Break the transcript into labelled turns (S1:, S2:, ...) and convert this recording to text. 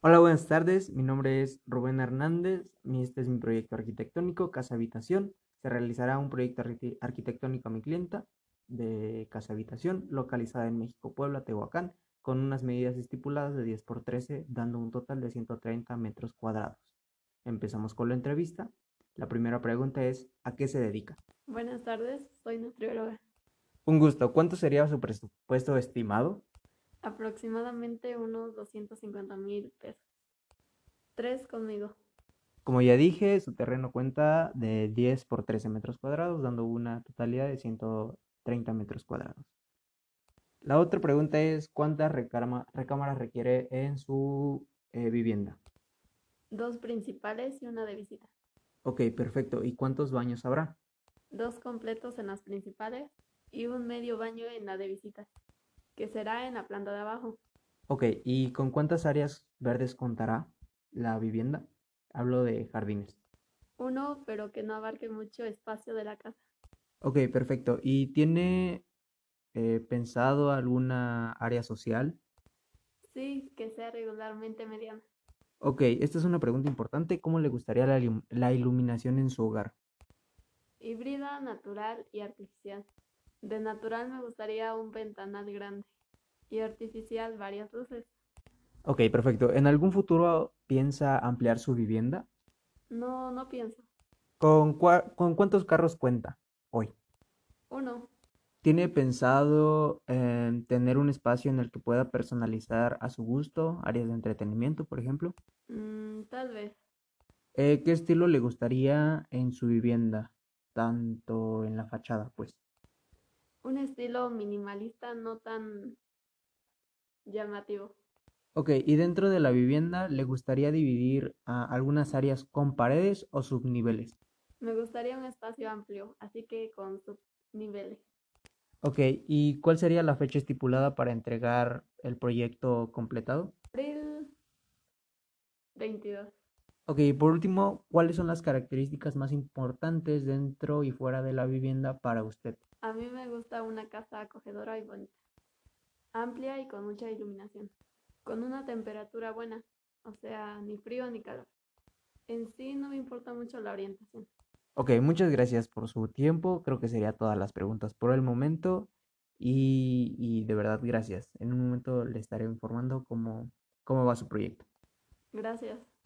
S1: Hola, buenas tardes. Mi nombre es Rubén Hernández. Mi- Este es mi proyecto arquitectónico, Casa Habitación. Se realizará un proyecto arquite- arquitectónico a mi clienta de Casa Habitación, localizada en México, Puebla, Tehuacán, con unas medidas estipuladas de 10 por 13, dando un total de 130 metros cuadrados. Empezamos con la entrevista. La primera pregunta es, ¿a qué se dedica?
S2: Buenas tardes, soy nutrióloga.
S1: Un gusto. ¿Cuánto sería su presupuesto estimado?
S2: Aproximadamente unos 250 mil pesos. Tres conmigo.
S1: Como ya dije, su terreno cuenta de 10 por 13 metros cuadrados, dando una totalidad de 130 metros cuadrados. La otra pregunta es, ¿cuántas recama- recámaras requiere en su eh, vivienda?
S2: Dos principales y una de visita.
S1: Ok, perfecto. ¿Y cuántos baños habrá?
S2: Dos completos en las principales y un medio baño en la de visita, que será en la planta de abajo.
S1: Ok, ¿y con cuántas áreas verdes contará la vivienda? Hablo de jardines.
S2: Uno, pero que no abarque mucho espacio de la casa.
S1: Ok, perfecto. ¿Y tiene eh, pensado alguna área social?
S2: Sí, que sea regularmente mediana.
S1: Ok, esta es una pregunta importante. ¿Cómo le gustaría la, ilum- la iluminación en su hogar?
S2: Híbrida, natural y artificial. De natural me gustaría un ventanal grande y artificial varias luces.
S1: Ok, perfecto. ¿En algún futuro piensa ampliar su vivienda?
S2: No, no pienso.
S1: ¿Con, cua- con cuántos carros cuenta hoy?
S2: Uno,
S1: ¿Tiene pensado em, tener un espacio en el que pueda personalizar a su gusto, áreas de entretenimiento, por ejemplo?
S2: Mm, tal vez.
S1: Eh, ¿qué estilo le gustaría en su vivienda? Tanto en la fachada, pues.
S2: Un estilo minimalista no tan llamativo.
S1: Ok, y dentro de la vivienda, ¿le gustaría dividir ah, algunas áreas con paredes o subniveles?
S2: Me gustaría un espacio amplio, así que con subniveles.
S1: Ok, ¿y cuál sería la fecha estipulada para entregar el proyecto completado?
S2: Abril 22.
S1: Ok, y por último, ¿cuáles son las características más importantes dentro y fuera de la vivienda para usted?
S2: A mí me gusta una casa acogedora y bonita, amplia y con mucha iluminación, con una temperatura buena, o sea, ni frío ni calor. En sí no me importa mucho la orientación.
S1: Ok, muchas gracias por su tiempo. Creo que sería todas las preguntas por el momento. Y, y de verdad, gracias. En un momento le estaré informando cómo, cómo va su proyecto.
S2: Gracias.